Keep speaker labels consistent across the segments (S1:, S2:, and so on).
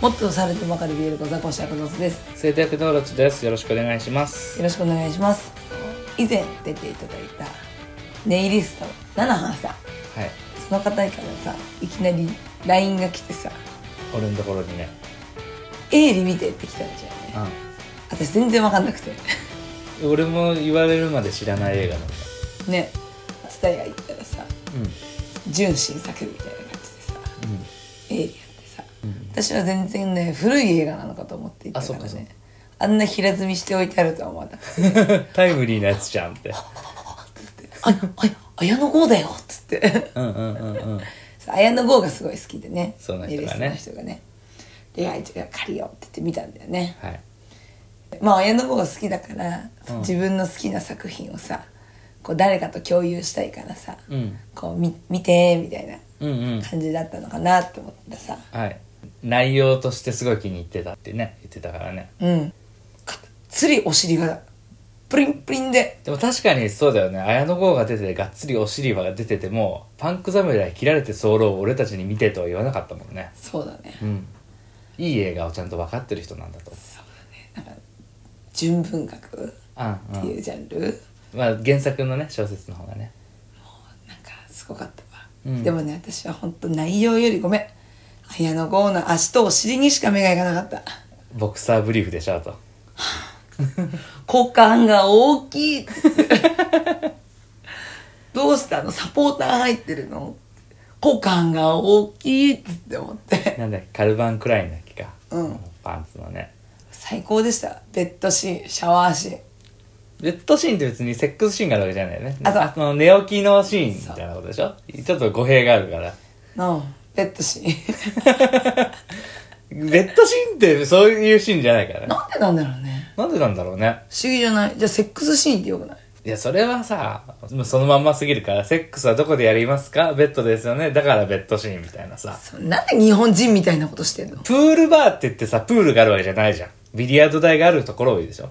S1: もっとされてばかりビエルコザコシャクノスです
S2: 生徒役道路ですよろしくお願いします
S1: よろしくお願いします以前出ていただいたネイリストナナハンさん
S2: はい
S1: その方からさいきなり LINE が来てさ
S2: 俺のところにね
S1: 「エイリ見て」って来たんじゃんね私全然わかんなくて
S2: うん俺も言われるまで知らない映画なんだ
S1: ね蔦屋行ったらさ
S2: うん
S1: 純真作みたいな感じでさ
S2: うん
S1: エイリアンってさ、私は全然ね古い映画なのかと思っていたから
S2: あそうか
S1: ねあんな平積みしておいてあるとは思わなかった
S2: タイムリーなやつじゃんって
S1: 「ああ綾野剛だよ」っつって
S2: うんうんうんうん
S1: そう綾野剛がすごい好きでね
S2: そうなん
S1: イ
S2: 人
S1: ギ
S2: がね
S1: リスの人がねで「あいつが借りよう」って言って見たんだよね
S2: はい
S1: まあ綾野剛が好きだから、
S2: うん
S1: 自分の好きな作品をさこう誰かと共有したいからさ、
S2: うん
S1: こうみ見てみたいな
S2: うんうん
S1: 感じだったのかなって思ったらさ
S2: はい内容としてすごい気に入ってたってね言ってたからね
S1: うんがっつりお尻がプリンプリンで
S2: でも確かにそうだよね綾野剛が出ててがっつりお尻が出ててもパンク侍切られて候を俺たちに見てとは言わなかったもんね
S1: そうだね
S2: うんいい映画をちゃんと分かってる人なんだと
S1: 純文学っ
S2: あうん
S1: ていうジャンル、
S2: まあ原作のね小説の方がね
S1: なんかすごかったわ、
S2: うん
S1: でもね私は本当内容よりごめん綾野剛の足とお尻にしか目がいかなかった
S2: ボクサーブリーフでしょと
S1: 股間が大きい どうしたのサポーター入ってるの股間が大きいって思って
S2: なんだっけカルバン・クラインだっけか
S1: うん
S2: パンツのね
S1: 最高でしたベッドシーンシャワーシーン
S2: ベッドシーンって別にセックスシーンがあるわけじゃないよね
S1: あそう
S2: の寝起きのシーンみたいなことでしょちょっと語弊があるから
S1: のベッドシーン
S2: ベッドシーンってそういうシーンじゃないからね
S1: なんでなんだろうね
S2: なんでなんだろうね
S1: 不思議じゃないじゃあセックスシーンってよくない
S2: いやそれはさそのまんますぎるからセックスはどこでやりますかベッドですよねだからベッドシーンみたいなさ
S1: そうなんで日本人みたいなことしてんの
S2: プールバーって言ってさプールがあるわけじゃないじゃんビリヤード台があるところ多いでしょ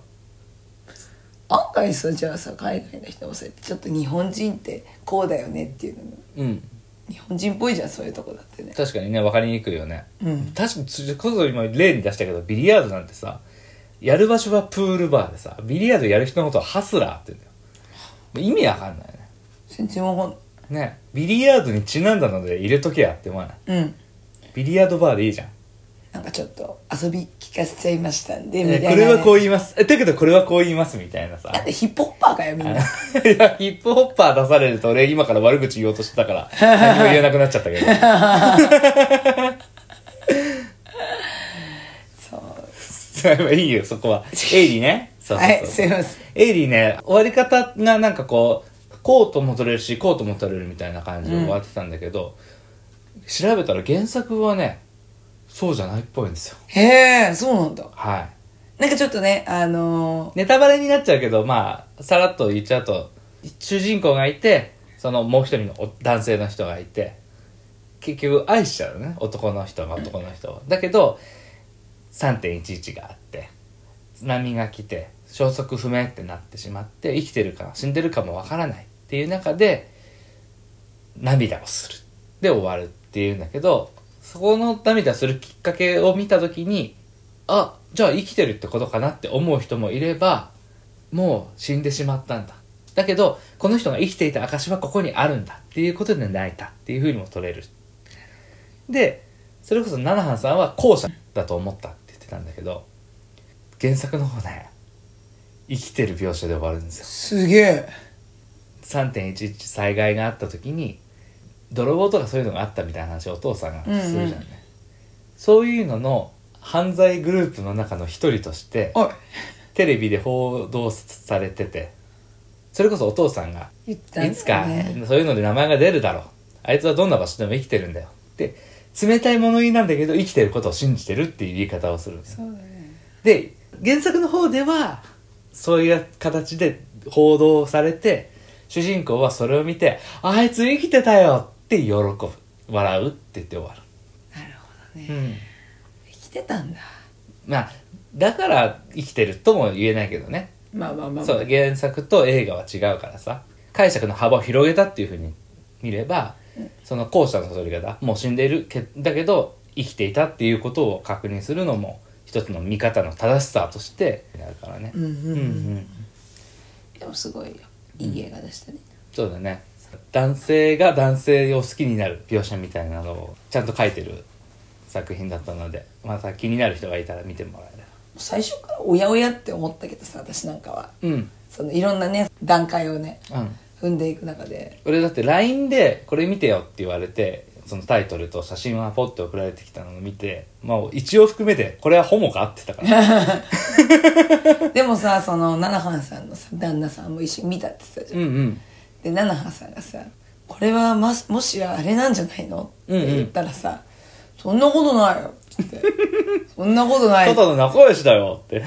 S1: 案外さじゃあさ海外の人もそうやってちょっと日本人ってこうだよねっていうのも
S2: うん
S1: 日本人っぽいじゃんそういうとこだってね
S2: 確かにね分かりにくいよね、
S1: うん
S2: 確かにそれこそ今例に出したけどビリヤードなんてさやる場所はプールバーでさビリヤードやる人のことはハスラーって言うんだよ意味わかんないよね
S1: 全然わか
S2: ねビリヤードにちなんだので入れとけやって思わない
S1: んないうん
S2: ビリヤードバーでいいじゃん
S1: なんかちょっと遊び聞かせちゃいましたんでみたい
S2: え
S1: な、
S2: これはこう言いますえだけどこれはこう言いますみたいなさ
S1: だってヒップホッパーかよみんな
S2: いやヒップホッパー出されると俺今から悪口言おうとしてたから何も言えなくなっちゃったけど
S1: そう
S2: そう いいよそこはエイリーねそうそうそう
S1: はいすいません
S2: エイリーね終わり方がなんかこうコートも取れるしコートも取れるみたいな感じで終わってたんだけど、調べたら原作はねそうじゃないっぽいんですよ
S1: へえそうなんだ
S2: はい
S1: なんかちょっとねあの
S2: ネタバレになっちゃうけどまあさらっと言っちゃうと主人公がいてそのもう一人のお男性の人がいて結局愛しちゃうのね男の人が男の人をだけど3.11があって津波が来て消息不明ってなってしまって生きてるか死んでるかもわからないっていう中で涙をするで終わるっていうんだけどそこの涙するきっかけを見た時にあじゃあ生きてるってことかなって思う人もいればもう死んでしまったんだだけどこの人が生きていた証はここにあるんだっていうことで泣いたっていうふうにも取れるでそれこそナナハンさんは後者だと思ったって言ってたんだけど原作の方ね生きてる描写で終わるんですよ
S1: ー、すげえ
S2: 3.11災害があった時に泥棒とかそういうのがあったみたいな話をお父さんがするじゃんね、
S1: うんうん
S2: そういうのの犯罪グループの中の一人として
S1: おい
S2: テレビで報道されててそれこそお父さんが
S1: 言ったん
S2: い
S1: だ
S2: つか
S1: ね
S2: そういうので名前が出るだろうあいつはどんな場所でも生きてるんだよで冷たい物言いなんだけど生きてることを信じてるっていう言い方をするんですよ
S1: そうだね
S2: で原作の方ではそういう形で報道されて主人公はそれを見て「あいつ生きてたよ!」って喜ぶ笑うって言って終わ
S1: なるほどね、
S2: る、うん、
S1: 生きてたんだ
S2: まあだから生きてるとも言えないけどね
S1: まあまあまあ、まあ、
S2: そう原作と映画は違うからさ解釈の幅を広げたっていうふうに見ればその後者の取り方もう死んでいるけだけど生きていたっていうことを確認するのも一つの見方の正しさとしてなるからね、
S1: うんうんうん
S2: うん
S1: でもすごいよいい映画でしたね、
S2: そうだね男性が男性を好きになる描写みたいなのをちゃんと書いてる作品だったのでまた気になる人がいたら見てもらえれ
S1: 最初からおやおやって思ったけどさ私なんかは
S2: ばうん
S1: そのいろんなね段階をね
S2: う
S1: 踏
S2: ん
S1: んでいく中で
S2: 俺だって LINE で「これ見てよ」って言われてそのタイトルと写真はポッて送られてきたのを見てまあ一応含めてこれはホモかって言ったから
S1: でもさその七飯さんのさ旦那さんも一緒に見たって言ってたじゃ、
S2: うんんうん
S1: で七飯さんがさ「これはまもしやあれなんじゃないの?」って言ったらさ「そんなことないよ」って「そんなことない
S2: ただの仲良しだよって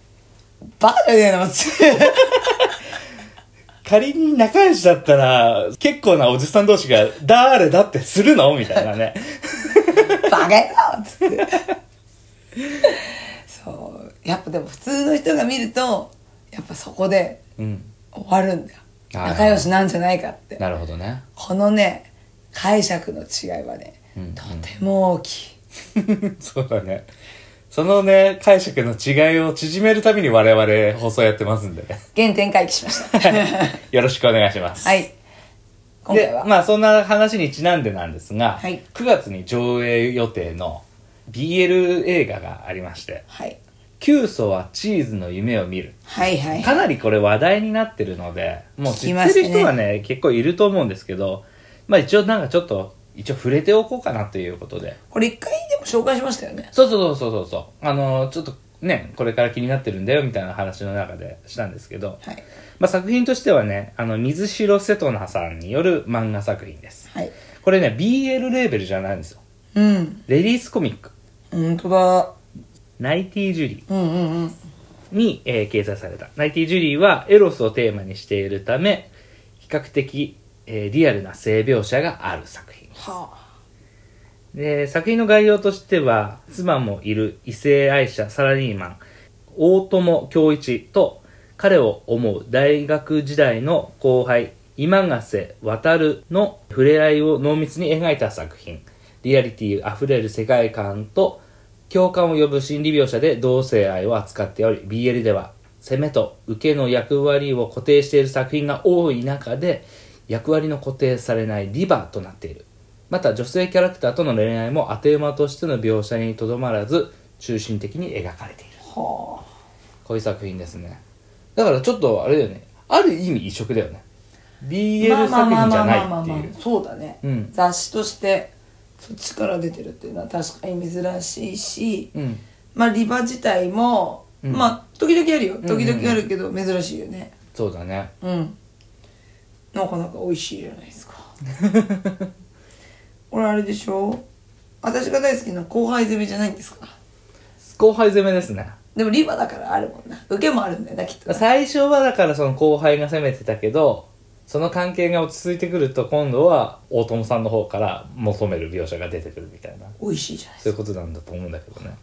S1: バカじゃねえの」って
S2: 仮に仲良しだったら結構なおじさん同士が「誰だってするの?」みたいな ね
S1: 「バカ野郎!」っつってそうやっぱでも普通の人が見るとやっぱそこで
S2: うん
S1: 終わるんだよ
S2: はいはい
S1: 仲良しなんじゃないかって
S2: なるほどね
S1: このね解釈の違いはね、
S2: うん
S1: とても大きい
S2: そうだね。そのね、解釈の違いを縮めるために我々放送やってますんで ね。
S1: 原点回帰しました
S2: よろしくお願いしま す。
S1: はい今
S2: で
S1: 回は、
S2: まあそんな話にちなんでなんですが、
S1: はい
S2: 9月に上映予定の BL 映画がありまして、
S1: はい、
S2: キ祖はチーズの夢を見る。
S1: はいはい
S2: かなりこれ話題になってるので、もう
S1: 聞
S2: 知
S1: きま
S2: っ
S1: してた
S2: る
S1: ね
S2: 人はね、結構いると思うんですけど、まあ一応なんかちょっと、一応触れておこうかなということで。
S1: これ一回でも紹介しましたよね
S2: そうそうそうそうそう。あの、ちょっとね、これから気になってるんだよみたいな話の中でしたんですけど、
S1: はい
S2: まあ、作品としてはね、あの、水城瀬戸那さんによる漫画作品です。
S1: はい
S2: これね、BL レーベルじゃないんですよ。
S1: うん
S2: レディースコミック、
S1: 本当だ
S2: ナイティジュリー
S1: うんうんうん
S2: に、えー掲載された。ナイティジュリーはエロスをテーマにしているため、比較的、えーリアルな性描写がある作品。
S1: はあ
S2: で作品の概要としては妻もいる異性愛者サラリーマン大友恭一と彼を思う大学時代の後輩今ヶ瀬渡るの触れ合いを濃密に描いた作品リアリティあふれる世界観と共感を呼ぶ心理描写で同性愛を扱っており BL では攻めと受けの役割を固定している作品が多い中で役割の固定されないリバーとなっているまた女性キャラクターとの恋愛も当て馬としての描写にとどまらず中心的に描かれている
S1: はあ
S2: こういう作品ですねだからちょっとあれだよねある意味異色だよね BL
S1: まあ
S2: 作
S1: まあ
S2: 品じ
S1: ま
S2: ゃ
S1: あ
S2: ない
S1: まあまあ
S2: って
S1: まあ
S2: いう
S1: そうだね、
S2: うん
S1: 雑誌としてそっちから出てるっていうのは確かに珍しいし、
S2: うん
S1: まあリバ自体も、
S2: うん
S1: まあ時々あるよ
S2: ん
S1: 時々あるけど珍しいよね
S2: そうだね
S1: うん、なかなか美味しいじゃないです か俺あれでしょ私が大好きな後輩攻めじゃないんですか
S2: 後輩攻めですね
S1: でもリバだからあるもんな受けもあるんだよなきっとな
S2: 最初はだからその後輩が攻めてたけどその関係が落ち着いてくると今度は大友さんの方から求める描写が出てくるみたいな
S1: 美味しいじゃないです
S2: そういうことなんだと思うんだけどね。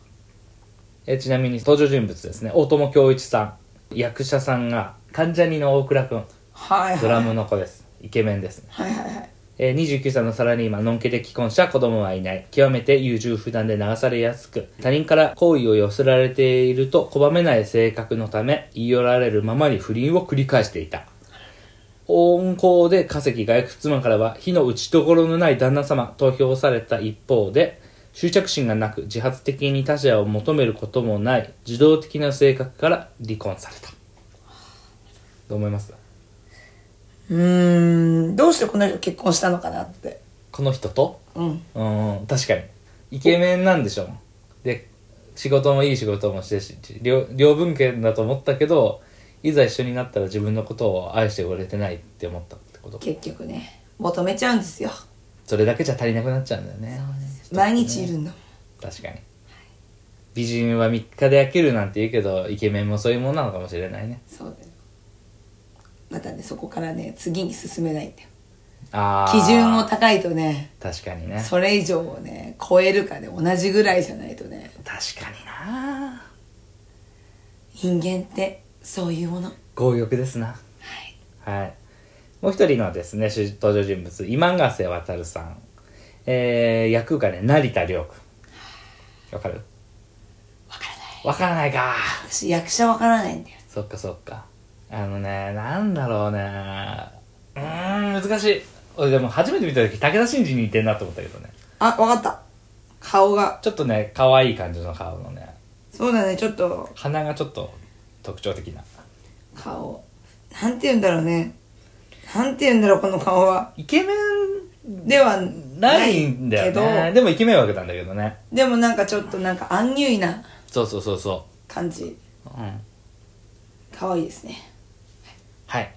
S2: えちなみに登場人物ですね。大友恭一さん。役者さんが、関ジャニの大倉くん。
S1: かはいはい
S2: ドラムの子です。イケメンですね。
S1: はいはいはい
S2: えー29歳のサラリーマン、のんけで既婚者、子供はいない。極めて優柔不断で流されやすく、他人から好意を寄せられていると拒めない性格のため、言い寄られるままに不倫を繰り返していた。温厚で稼ぎがいく妻からは火の打ち所のない旦那様と評された一方で執着心がなく自発的に他者を求めることもない受動的な性格から離婚されたどう思います
S1: うーんどうしてこの人結婚したのかなって
S2: この人と
S1: うん
S2: うん確かにイケメンなんでしょで仕事もいい仕事もしてし両両文献だと思ったけどいざ一緒になったら自分のことを愛してくれてないって思ったってこと
S1: 結局ね求めちゃうんですよ
S2: それだけじゃ足りなくなっちゃうんだよね
S1: 毎日いるんだもん
S2: 確かに美人は3日で飽きるなんて言うけどイケメンもそういうものなのかもしれないね
S1: そうだよまたねそこからね次に進めないんだよ
S2: ああ
S1: 基準も高いとね
S2: 確かにね
S1: それ以上をね超えるかで同じぐらいじゃないとね
S2: 確かにな
S1: 人間ってそういうもの
S2: 強欲ですな
S1: はい
S2: はいもう一人のですね主登場人物今ヶ瀬渉さんえー役がね成田凌君わかる
S1: わからない
S2: わからないか
S1: 私役者わからないんだよ
S2: そっかそっかあのねなんだろうねうーん難しい俺でも初めて見た時武田真治に似てんなと思ったけどね
S1: あわかった顔が
S2: ちょっとね可愛い感じの顔のね
S1: そうだねちょっと
S2: 鼻がちょっと特徴的な
S1: 顔なんて言うんだろうねなんて言うんだろうこの顔は
S2: イケメ
S1: では
S2: ンな
S1: ない
S2: いんだ
S1: け
S2: よ
S1: ど
S2: ねでもイケメン枠なんだけどね
S1: でもなんかちょっとなんかアンニュイな
S2: そうそうそうそ
S1: 感じ
S2: ううん
S1: 可愛いですね
S2: はい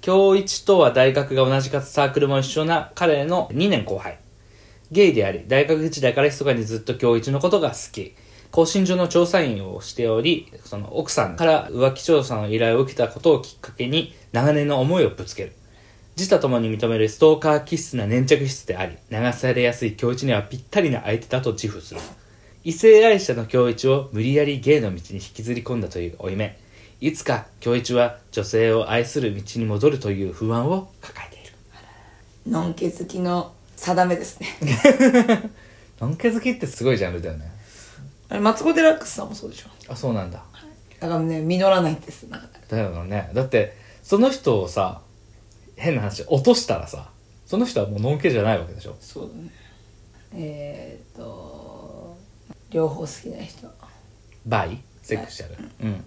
S2: 京一とは大学が同じかつサークルも一緒な彼の2年後輩ゲイであり大学時代から密かにずっと京一のことが好き更新所の調査員をしておりその奥さんから浮気調査の依頼を受けたことをきっかけに長年の思いをぶつける自他ともに認めるストーカー気質な粘着質であり流されやすい京一にはぴったりな相手だと自負する異性愛者の京一を無理やり芸の道に引きずり込んだという負い目いつか京一は女性を愛する道に戻るという不安を抱えている
S1: のんけ好きの定めですね
S2: のんけ好きってすごいジャンルだよね
S1: あれマツコ・デラックスさんもそうでしょ
S2: あそうなんだ
S1: だからね実らないんですなかなか
S2: だよねだってその人をさ変な話落としたらさその人はもうのんけじゃないわけでしょ
S1: そうだねえー、っと両方好きな人
S2: バイセクシャルうん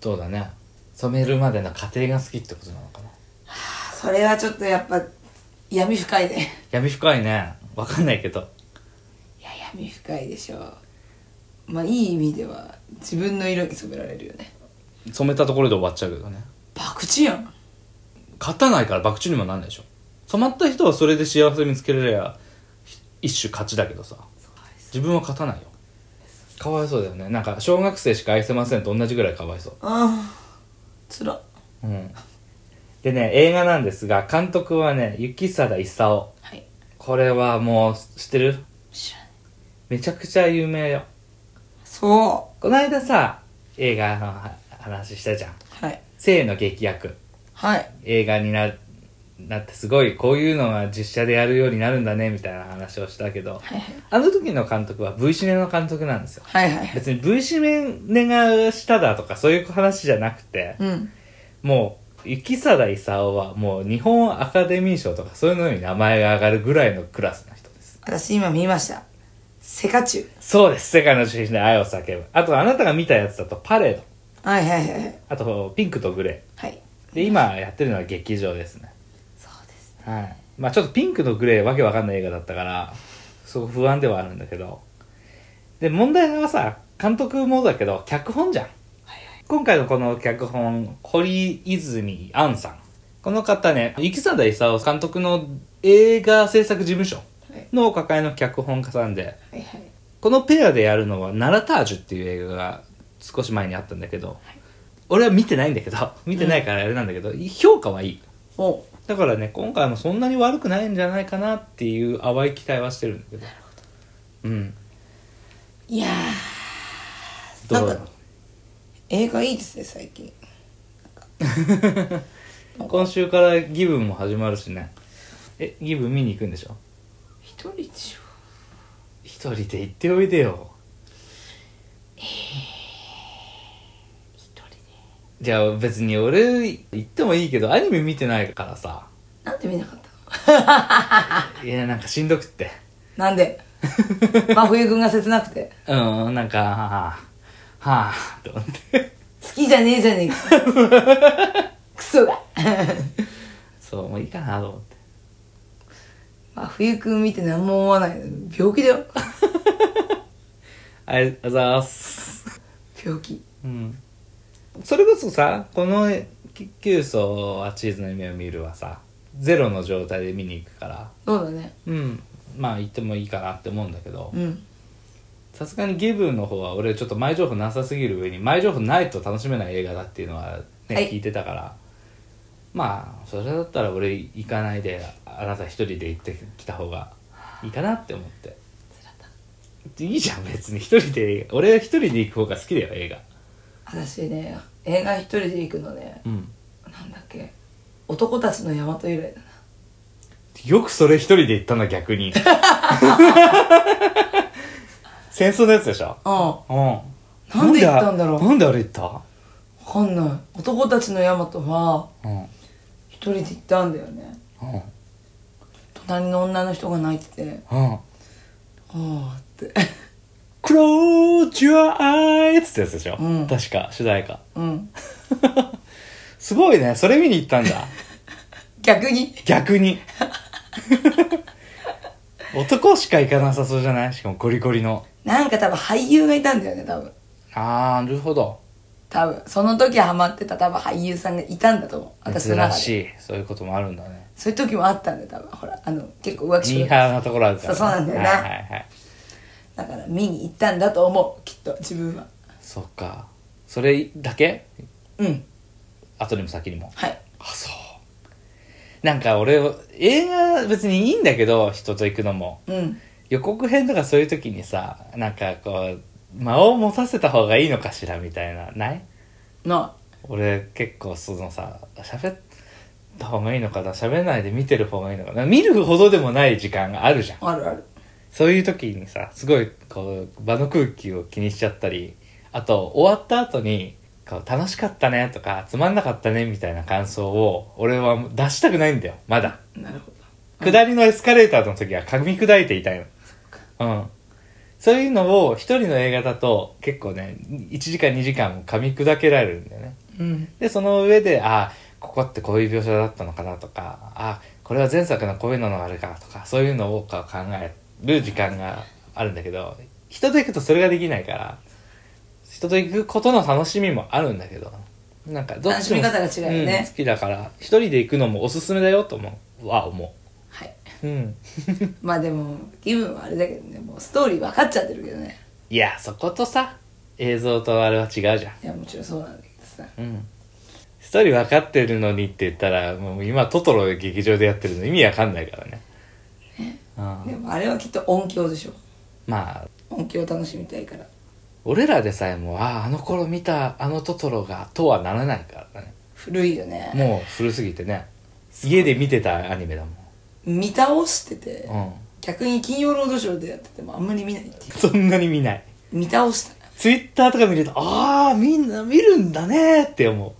S2: そうだね染めるまでの過程が好きってことなのかな
S1: それはちょっとやっぱ闇深いね
S2: 闇深いねわかんないけど
S1: いや闇深いでしょうまあいい意味では自分の色に染められるよね
S2: 染めたところで終わっちゃうけどね
S1: 博打やん
S2: 勝たないから爆打にもなんないでしょ染まった人はそれで幸せ見つけれりゃ一種勝ちだけどさ自分は勝たないよかわいそうだよねなんか小学生しか愛せませんと同じぐらいかわいそう
S1: ああつら
S2: うんでね映画なんですが監督はね雪貞勲
S1: はい
S2: これはもう知ってる
S1: 知らない
S2: めちゃくちゃ有名よ
S1: そ
S2: この間さ映画のは話したじゃん
S1: うはい
S2: 性の劇薬
S1: はい
S2: 映画にななってすごいこういうのは実写でやるようになるんだねみたいな話をしたけど
S1: はいはい
S2: あの時の監督は V シネの監督なんですよ
S1: はいはいはい
S2: 別に V シネがしただとかそういう話じゃなくて
S1: うん
S2: もう雪貞勲はもう日本アカデミー賞とかそういうのに名前が上がるぐらいのクラスの人です
S1: 私今見ましたセカチュウ
S2: そうです世界の中心で愛を叫ぶあとあなたが見たやつだとパレード
S1: はいはいはいはい
S2: あとピンクとグレ
S1: はい
S2: ーで今やってるのは劇場ですね
S1: そうです
S2: はい。まあちょっとピンクのグレーわけわかんない映画だったから、すごく不安ではあるんだけど。で、問題はさ、監督もだけど、脚本じゃん。今回のこの脚本、堀泉杏さん。この方ね、生貞勲監督の映画制作事務所
S1: はい
S2: のお抱えの脚本家さんで、
S1: はいはい
S2: このペアでやるのは、ナラタージュっていう映画が少し前にあったんだけど、俺は見てないんだけど、見てないからあれなんだけど、評価はいい。
S1: お
S2: だからね今回もそんなに悪くないんじゃないかなっていう淡い期待はしてるんだけどうん
S1: いや
S2: どう
S1: なんかー映画いいですね最近
S2: 今週からギブも始まるしねえギブ見に行くんでしょ
S1: 一人でしょ
S2: 一人で行っておいでよ
S1: 一人で
S2: じゃあ別に俺行ってもいいけどアニメ見てないからさ
S1: なんで見なかったの
S2: いやなんかしんどくって
S1: なん で真冬君が切なくて
S2: うんなんかはあはあと思って
S1: 好きじゃねえじゃねえかクソが
S2: そうもういいかなと思って
S1: 真冬君見て何も思わない病気だよ
S2: ありがとうございます
S1: 病気
S2: うんそれこそさこの「き九層はチーズの夢を見る」はさゼロの状態で見に行くから
S1: そうだね
S2: うんまあ行ってもいいかなって思うんだけど
S1: うん
S2: さすがにギブの方は俺ちょっと前情報なさすぎる上に前情報ないと楽しめない映画だっていうのはね、
S1: はい
S2: 聞いてたからまあそれだったら俺行かないであなた一人で行ってきた方がいいかなって思っていいじゃん別に一人で俺は一人で行く方が好きだよ映画
S1: 私ね映画一人で行くのね
S2: うん
S1: なんだっけ男たちの大和由来だな
S2: よくそれ一人で行ったな逆に 戦争のやつでしょ
S1: あ
S2: うん
S1: なんで行ったんだろう
S2: なんであれ行った
S1: あ分かんない男たちのヤマトは
S2: うんうん
S1: 一人で行ったんだよね隣の女の人が泣いてて
S2: うん
S1: ああって
S2: Close your eyes ってやつでしょ、
S1: うん
S2: 確か主題歌
S1: うん
S2: すごいねそれ見に行った んだ
S1: 逆に
S2: 逆に 男しか行かなさそうじゃないしかもゴリゴリの
S1: なんか多分俳優がいたんだよね多分
S2: ああなるほど
S1: 多分その時ハマってた多分俳優さんがいたんだと思う私の
S2: 珍
S1: 中で
S2: しいそういうこともあるんだね
S1: そういう時もあったんだよ多分ほらあの結構浮気
S2: ミ
S1: し
S2: ー
S1: て
S2: ハーなところあるから、
S1: そうそうなんだよな
S2: はいはいはい
S1: だから見に行ったんだと思うきっと自分は
S2: そっかそれだけ
S1: うん
S2: 後にも先にも
S1: はい
S2: あそうなんか俺映画別にいいんだけど人と行くのも
S1: うん
S2: 予告編とかそういう時にさなんかこう間を持たせた方がいいのかしらみたいなない
S1: な
S2: 俺結構そのさ喋った方がいいのかな喋らないで見てる方がいいのかな見るほどでもない時間があるじゃん
S1: あるある
S2: そういう時にさすごいこう場の空気を気にしちゃったりあと終わった後にこう楽しかったねとかつまんなかったねみたいな感想を俺は出したくないんだよまだ
S1: なるほど
S2: 下りのエスカレーターの時は噛み砕いていたいの。うん。そういうのを一人の映画だと結構ね、1時間2時間も噛み砕けられるんだよね。
S1: うん
S2: で、その上で、ああ、ここってこういう描写だったのかなとか、ああ、これは前作のこういうのがあるかとか、そういうのをこう考える時間があるんだけど、人と行くとそれができないから、人と行くことの楽しみもあるんだけど、なんかどっちも
S1: 楽しみ方が違うよね
S2: ん好きだから、一人で行くのもおすすめだよと思う。は思
S1: はい。
S2: う。うん。
S1: まあでも、気分はあれだけどね、もうストーリー分かっちゃってるけどね。
S2: いや、そことさ、映像とあれは違うじゃん。
S1: いや、もちろんそうなんだけどさ。
S2: うん。一人分かってるのにって言ったら、もう今トトロ劇場でやってるの意味わかんないからね。うん
S1: でもあれはきっと音響でしょ。
S2: まあ、
S1: 音響を楽しみたいから。
S2: 俺らでさえも、ああ、あの頃見たあのトトロが、とはならないからね。
S1: 古いよね。
S2: もう古すぎてね。家で見てたアニメだ
S1: 見倒してて、
S2: もん。うん。
S1: 逆に金曜ロードショーでやっててもあんまり見ないっていう。
S2: そんなに見ない。
S1: 見倒した。
S2: ツイッターとか見ると、ああ、みんな見るんだねーって思う。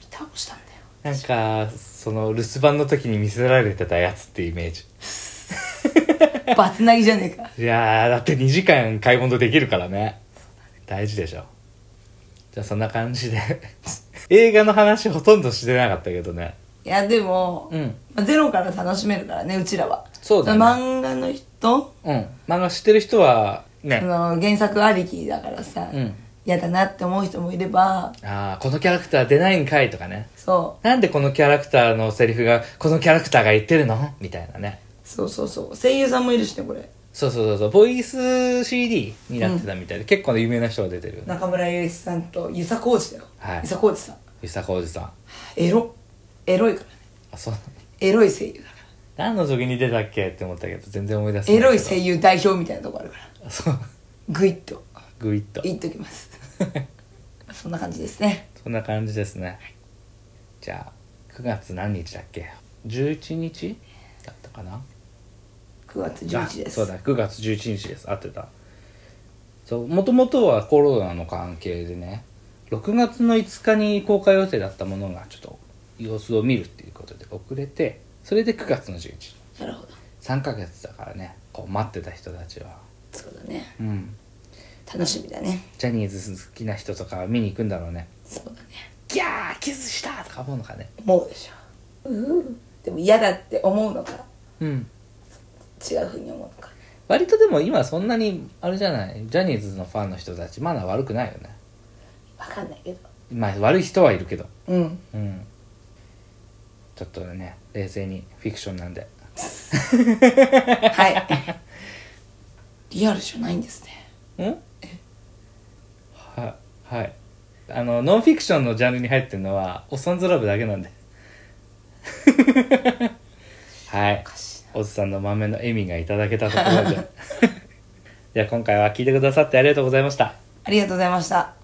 S1: 見倒したんだよ。
S2: なんか、その、留守番の時に見せられてたやつってイメージ。
S1: バツナギじゃねえか。
S2: いやーだって2時間買い物できるからね大事でしょじゃあそんな感じで 映画の話ほとんどしてなかったけどね
S1: いや、でも、
S2: うん
S1: まあゼロから楽しめるからね、うちらは。
S2: そうだね
S1: 漫画の人、
S2: うん漫画知ってる人は
S1: そ
S2: ね
S1: の原作ありきだからさ
S2: うん、
S1: 嫌、だなって思う人もいれば、
S2: ああこのキャラクター出ないんかいとかね
S1: そう。
S2: なんでこのキャラクターのセリフがこのキャラクターが言ってるのみたいなね
S1: そうそうそう声優さんもいるしねこれ
S2: そうそうそうそうボイス CD になってたみたいで、結構ね有名な人が出てるよね
S1: 中村雄一さんと遊佐浩二だよ
S2: はい
S1: 遊佐浩二さん
S2: 伊坂浩二さん
S1: エロエロいからね
S2: あそう
S1: エロい声優だか
S2: 何の時に出たっけって思ったけど全然思い出せ
S1: ら
S2: ない
S1: エ
S2: けど
S1: ロい声優代表みたいなとこあるから
S2: そう
S1: グイッと
S2: グイッと
S1: 言っときます そんな感じですね
S2: そんな感じですね。じゃあ、9月何日だっけ ?11 日だったかな
S1: 9月11日で
S2: あ
S1: す
S2: そうだ、9月11日です。合ってた。そう、もともとはコロナの関係でね、6月の5日に公開予定だったものが、ちょっと様子を見るっていうことで遅れて、それで9月の11日。
S1: なるほど
S2: 3ヶ月だからね、こう待ってた人たちは。
S1: そうだね
S2: うん。
S1: 楽しみだね
S2: ジャニーズ好きな人とかは見に行くんだろうね。
S1: そうだね
S2: ギャーキスしたとか思うのかね。
S1: 思うでしょうーでも嫌だって思うのか
S2: うん。
S1: 違うふうに思うのか
S2: 割とでも今そんなにあれじゃないジャニーズのファンの人たちまだ悪くないよね
S1: 分かんないけど
S2: まあ悪い人はいるけど
S1: うん
S2: うんちょっとね冷静にフィクションなんで
S1: はいリアルじゃないんですね
S2: うんははいあのノンフィクションのジャンルに入ってるのはおっさんずラブだけなんで はい
S1: おかしい
S2: おっさんの豆の笑みがいただけたところでじゃあ今回は聞いてくださってありがとうございました
S1: ありがとうございました。